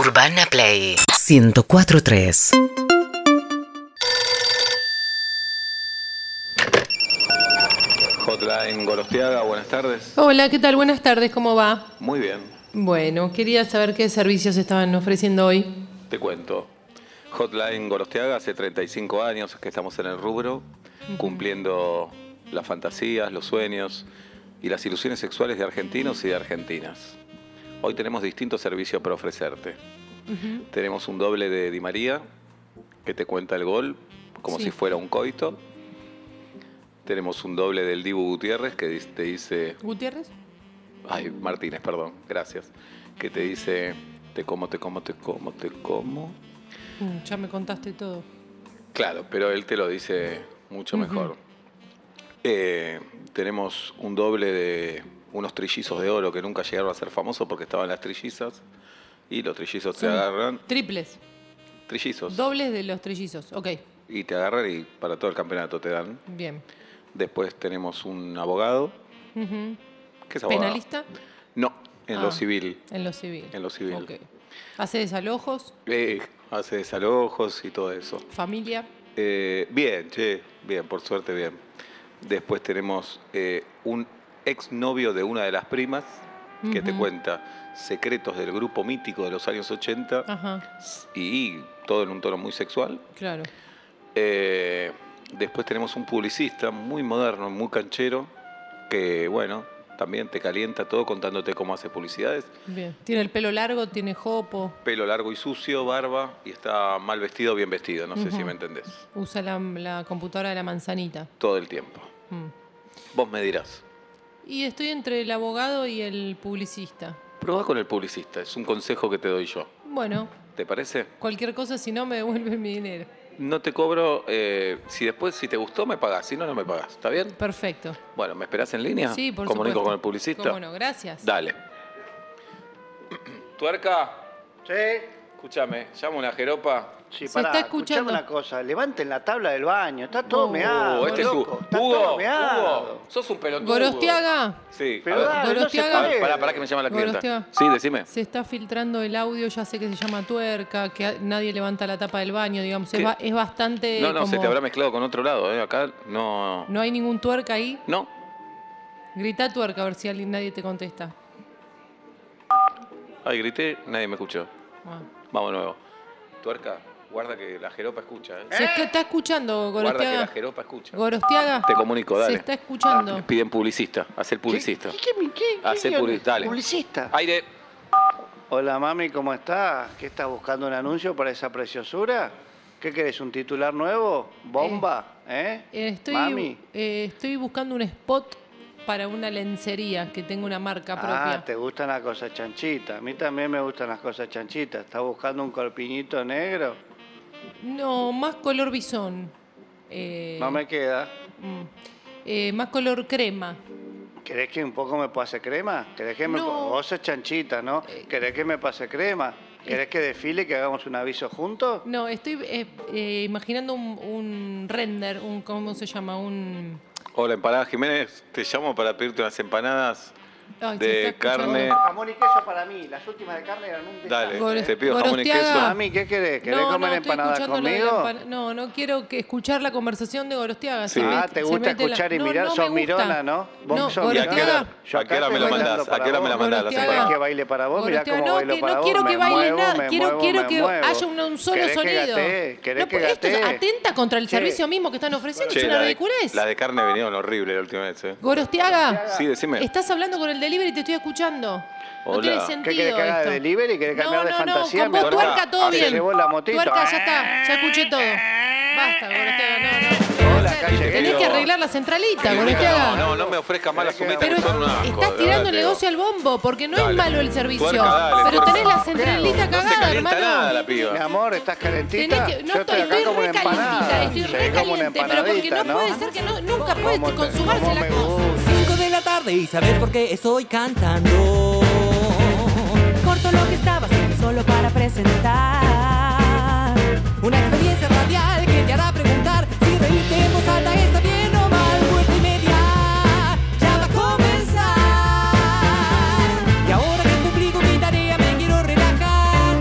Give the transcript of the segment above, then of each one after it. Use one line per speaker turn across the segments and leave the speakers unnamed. Urbana Play 1043.
Hotline Gorostiaga, buenas tardes.
Hola, ¿qué tal? Buenas tardes, ¿cómo va?
Muy bien,
Bueno, quería saber qué servicios estaban ofreciendo hoy.
te cuento. Hotline Gorostiaga, hace 35 años que estamos en el rubro, cumpliendo las fantasías, los sueños y las ilusiones sexuales de argentinos y de argentinas. Hoy tenemos distintos servicios para ofrecerte. Tenemos un doble de Di María, que te cuenta el gol, como
Sí.
si fuera un coito. Tenemos un doble del Dibu Gutiérrez, que dis- te dice
¿Gutiérrez?
Ay, Martínez, perdón, gracias. Que te dice, te como, te como, te como, te como.
Mm, ya me contaste todo.
Claro, pero él te lo dice mucho mejor. Eh, tenemos un doble de unos trillizos de oro que nunca llegaron a ser famosos porque estaban las trillizas. Y los trillizos te
Son
agarran,
Triples,
trillizos,
dobles de los trillizos. Ok,
y te agarran y para todo el campeonato te dan.
bien.
Después tenemos un abogado.
Ujú.
¿Qué es abogado?
¿Penalista?
No, en lo
Ah.
civil.
En lo civil.
En lo civil.
Ok. ¿Hace desalojos?
Eh, hace desalojos y todo eso.
¿Familia?
Eh, bien, che, bien, por suerte bien. Después tenemos eh, un exnovio de una de las primas que te
Ujú.
cuenta secretos del grupo mítico de los años 80
Ajá,
y todo en un tono muy sexual.
claro.
Eh, después tenemos un publicista muy moderno, muy canchero, que bueno, también te calienta todo contándote cómo hace publicidades.
Bien. ¿Tiene el pelo largo? ¿Tiene jopo?
Pelo largo y sucio, barba y está mal vestido, bien vestido, no sé si
Ujú.
me entendés.
¿Usa la, la computadora de la manzanita?
Todo el tiempo.
Mm.
Vos me dirás.
Y estoy entre el abogado y el publicista.
Probá con el publicista, es un consejo que te doy yo.
Bueno,
¿Te parece?
cualquier cosa, si no, me devuelven mi dinero.
No te cobro, eh, si después, si te gustó, me pagás, si no, no me pagás. ¿Está bien?
Perfecto.
Bueno, ¿me esperás en línea?
Sí, por
Comunico
supuesto.
con el publicista.
Cómo no, gracias.
Dale. Tuerca,
Sí,
escúchame, llamo una jeropa.
sí,
Se
pará,
está escuchando.
escuchame una cosa, levanten la tabla del baño, está todo
No.
meado,
Oh, este es Hugo.
Ah, loco, está
Hugo,
todo meado.
Hugo, sos un pelotudo.
Gorostiaga,
Sí,
Pero
a ver.
dale, no se
Gorostiaga.
A ver,
puede.
pará, pará que me llama la clienta.
Gorostiaga.
Sí, decime.
se está filtrando el audio, ya sé que se llama tuerca, que a- nadie levanta la tapa del baño, digamos. Es,
¿Qué?
ba- es bastante.
No, no, se
como-
te habrá mezclado con otro lado, ¿eh? Acá no...
No hay ningún tuerca ahí.
No.
Grita tuerca a ver si alguien, nadie te contesta.
Ay, grité, nadie me escuchó.
Ah.
Vamos de nuevo. Tuerca, guarda que la jeropa escucha, ¿eh?
Se está- está escuchando,
Guarda que la
Gorostiaga.
jeropa escucha.
Gorostiaga.
Te comunico, dale.
Se está escuchando.
Piden publicista, hacer publicista.
¿Qué, qué, qué- qué-
Hacé
qué-
publi- dale.
publicista?
Aire.
Hola mami, ¿cómo estás? ¿Qué estás buscando un anuncio para esa preciosura? ¿Qué querés, un titular nuevo? ¿Bomba? ¿Eh?
Eh, Estoy,
Mami.
eh, estoy buscando un spot para una lencería que tenga una marca propia.
Ah, te gustan las cosas chanchitas. A mí también me gustan las cosas chanchitas. ¿Estás buscando un corpiñito negro?
No, más color bisón. Eh,
No me queda.
mm. Eh, más color crema.
¿Querés que un poco me pase crema? ¿Querés que me
No.
po- Vos sos chanchita, ¿no?
Eh.
¿Querés que me pase crema? ¿Querés que desfile y que hagamos un aviso juntos?
No, estoy eh, eh, imaginando un, un render, un ¿cómo se llama? Un
Hola, Empanada Jiménez. Te llamo para pedirte unas empanadas
Ay, se
de
está escuchando.
carne.
Jamón y queso para mí. Las últimas de carne eran un
Eh. Dale,
desastre.
Gores-
te pido jamón y
Gorostiaga.
queso.
Mami, ¿qué querés? ¿Querés
No,
comer
no, estoy
empanada
escuchando lo de la
conmigo?
empana- No, no quiero que escuchar la conversación de Gorostiaga.
Sí.
Se
Ah,
mete-
te
se
gusta
mete la-
escuchar y
No,
mirar,
no me
sos
gusta.
mirona, ¿no? Vos
No,
sos
¿Y a
Gorostiaga.
qué hora,
mirona. Yo
a qué hora me
acá estoy
lo
bailando
mandás? ¿A
para
qué hora me lo
vos.
mandás las
Gorostiaga.
empanadas?
¿Querés que baile para vos? Mirá
Gorostiaga,
cómo
no,
bailo
que
para
no
vos.
quiero
me
que baile
muevo,
nada,
me
quiero,
muevo,
quiero
me
que
muevo.
haya una- un solo
¿Querés
sonido.
Que gatee? ¿Querés
No,
que
esto es
gatee?
atenta contra el
Che.
servicio mismo que están ofreciendo, es
Che,
una
la de,
ridiculez.
la de carne vinieron horrible la última vez, ¿eh?
Gorostiaga,
Sí, decime.
estás hablando con el delivery y te estoy escuchando. No
Hola.
tiene
¿Qué
sentido
¿Qué querés que haga
esto.
de delivery? ¿Querés cambiar
no,
de
no,
fantasía?
No, con vos
Mejor
tuerca
acá,
todo
se
bien.
llevó la motito. ¿eh?
Tuerca, ya está, ya escuché todo. Basta, Gorostiaga, no, no. no
Hola,
hacer.
calle
Tenés
querido.
que arreglar la centralita,
No,
Gorostiaga.
no, no me ofrezcas más las
Pero
fumitas
Pero
que son un asco.
estás
de verdad,
tirando
te
el
digo.
negocio al bombo, porque no
Dale.
es malo el servicio.
Tuerca, dale,
pero
tuerca.
tenés la centralita
No se
cagada,
calienta
hermano.
nada la piba.
Mi amor, ¿estás
Tenés
calentita?
que, no
Yo
estoy,
acá
estoy
como una
re calentita,
empanada.
estoy
Soy
re
como una
caliente, pero porque no,
empanadita,
puede ser que no, nunca puede
¿Cómo te-
consumarse
cómo
la
me
cosa.
gusta?
5 de la tarde y sabes por qué estoy cantando.
Corto lo que estaba haciendo solo para presentar.
Una experiencia radial que te hará preguntar si reírte en voz alta está bien o mal. Vuelta y media ya va a comenzar. Y ahora que cumplí con mi tarea me quiero relajar.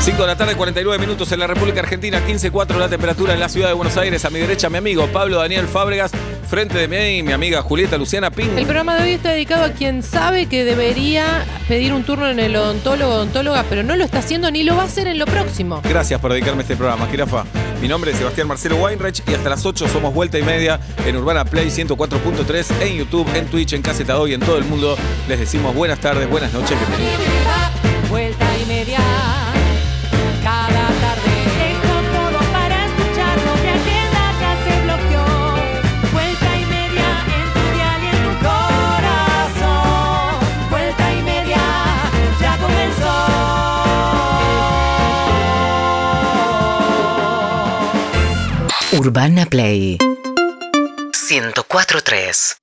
5 de la tarde, 49 minutos en la República Argentina, 15.4 la temperatura en la ciudad de Buenos Aires. A mi derecha, mi amigo Pablo Daniel Fábregas. Frente de mí, mi amiga Julieta Luciana Ping.
El programa de hoy está dedicado a quien sabe que debería pedir un turno en el odontólogo o odontóloga, pero no lo está haciendo ni lo va a hacer en lo próximo.
Gracias por dedicarme a este programa, Girafa. Mi nombre es Sebastián Marcelo Weinreich y hasta las 8 somos vuelta y media en Urbana Play 104.3, en YouTube, en Twitch, en Caseta Hoy, en todo el mundo. Les decimos buenas tardes, buenas noches, bienvenidos.
Vuelta y media. Cada tarde.
Dejo todo para escucharlo, mi agenda ya se bloqueó. Vuelta y media en tu dial y en tu
Corazón. Vuelta y media. Ya comenzó.
Urbana Play 104.3